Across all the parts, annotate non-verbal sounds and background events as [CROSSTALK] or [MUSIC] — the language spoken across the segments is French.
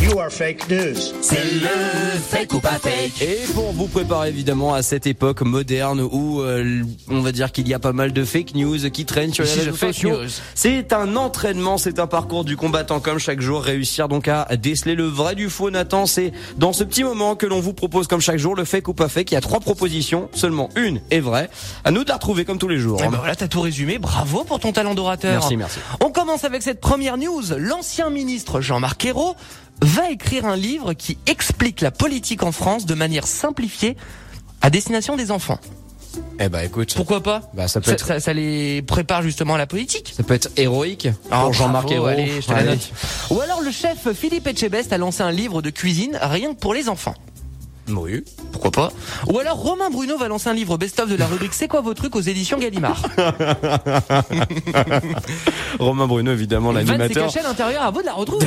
You are fake news. C'est le fake ou pas fake. Et pour vous préparer évidemment à cette époque moderne où euh, on va dire qu'il y a pas mal de fake news qui traînent sur les This is réseaux a fake sociaux. news. C'est un entraînement, c'est un parcours du combattant comme chaque jour réussir donc à déceler le vrai du faux Nathan, c'est dans ce petit moment que l'on vous propose comme chaque jour le fake ou pas fake, il y a trois propositions, seulement une est vraie. À nous de la retrouver comme tous les jours. Eh ben voilà, t'as tout résumé. Bravo pour ton talent d'orateur. Merci, merci. On commence avec cette première news. L'ancien ministre Jean-Marc Ayrault va écrire un livre qui explique la politique en France de manière simplifiée à destination des enfants. Eh ben écoute, Pourquoi pas Bah, ça peut ça, être- ça- ça les prépare justement à la politique. ça peut être héroïque Ah, pour Jean-Marc bravo, Ayrault. allez, je te la Ouais. note. Ou alors le chef Philippe Etchebest a lancé un livre de cuisine rien que pour les enfants. Oui. Pourquoi pas Ou alors Romain Bruno va lancer un livre best-of de la rubrique C'est quoi vos trucs aux éditions [LAUGHS] Gallimard. Romain Bruno évidemment Van s'est l'animateur. caché à l'intérieur, à vous de la retrouver.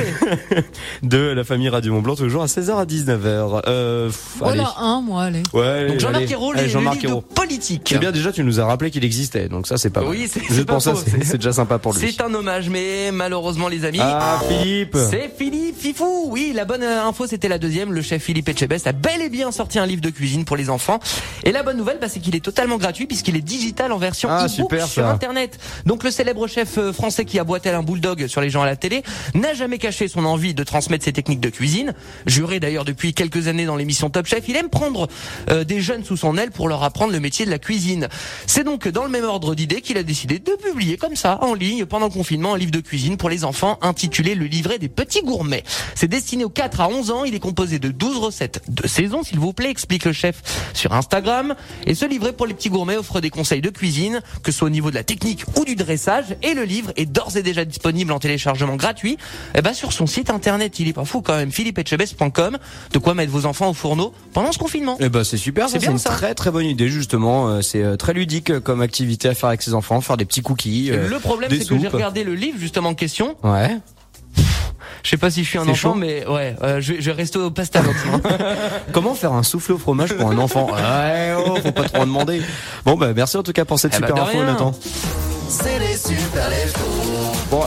de la famille Radio Mont Blanc, toujours à 16h à 19h. Euh, pff, Oh allez. là, un, moi, allez. Ouais, allez, Donc Jean-Marc allez. Ayrault, Allez, les- le Jean-Marc livre Ayrault. de politique. C'est bien déjà, tu nous as rappelé qu'il existait, donc ça c'est pas mal. Oui, c'est- Je c'est pas pense ça, faux, c'est c'est- c'est déjà sympa pour lui. C'est un hommage, mais malheureusement les amis. Ah Philippe C'est Philippe Fifou. Oui, la bonne euh, info, c'était la deuxième. Le chef Philippe Etchebest a bel et bien sorti un livre de cuisine pour les enfants. Et la bonne nouvelle, bah, c'est qu'il est totalement gratuit puisqu'il est digital en version Ah, e-book super, sur ça. Internet. Donc le célèbre chef euh, français qui aboie tel un bulldog sur les gens à la télé n'a jamais caché son envie de transmettre ses techniques de cuisine. Juré d'ailleurs depuis quelques années dans l'émission Top Chef, il aime prendre euh, des jeunes sous son aile pour leur apprendre le métier de la cuisine. C'est donc dans le même ordre d'idée qu'il a décidé de publier comme ça en ligne pendant le confinement un livre de cuisine pour les enfants intitulé Le livret des petits gourmets. C'est destiné aux 4 à 11 ans, il est composé de 12 recettes de saison s'il vous plaît, explique le chef sur Instagram et ce livret pour les petits gourmets offre des conseils de cuisine que ce soit au niveau de la technique ou du dressage et le livre est d'ores et déjà disponible en téléchargement gratuit eh ben sur son site internet, il est pas fou quand même philippeetchebest.com de quoi mettre vos enfants au fourneau pendant ce confinement. Eh ben c'est super, ça, C'est c'est bien, une ça. très très bonne idée justement. Euh, C'est euh, très ludique euh, comme activité à faire avec ses enfants, faire des petits cookies. euh, Le problème des c'est que j'ai soupes. regardé le livre justement en question Ouais. Je sais pas si je suis un C'est enfant, chaud. mais ouais, euh, je, vais- je vais rester au pasta maintenant. Comment faire un soufflé au fromage pour un enfant Ouais, oh, faut pas trop en demander. Bon bah merci en tout cas pour cette Eh ben, super de info rien. Nathan. C'est les super Bon,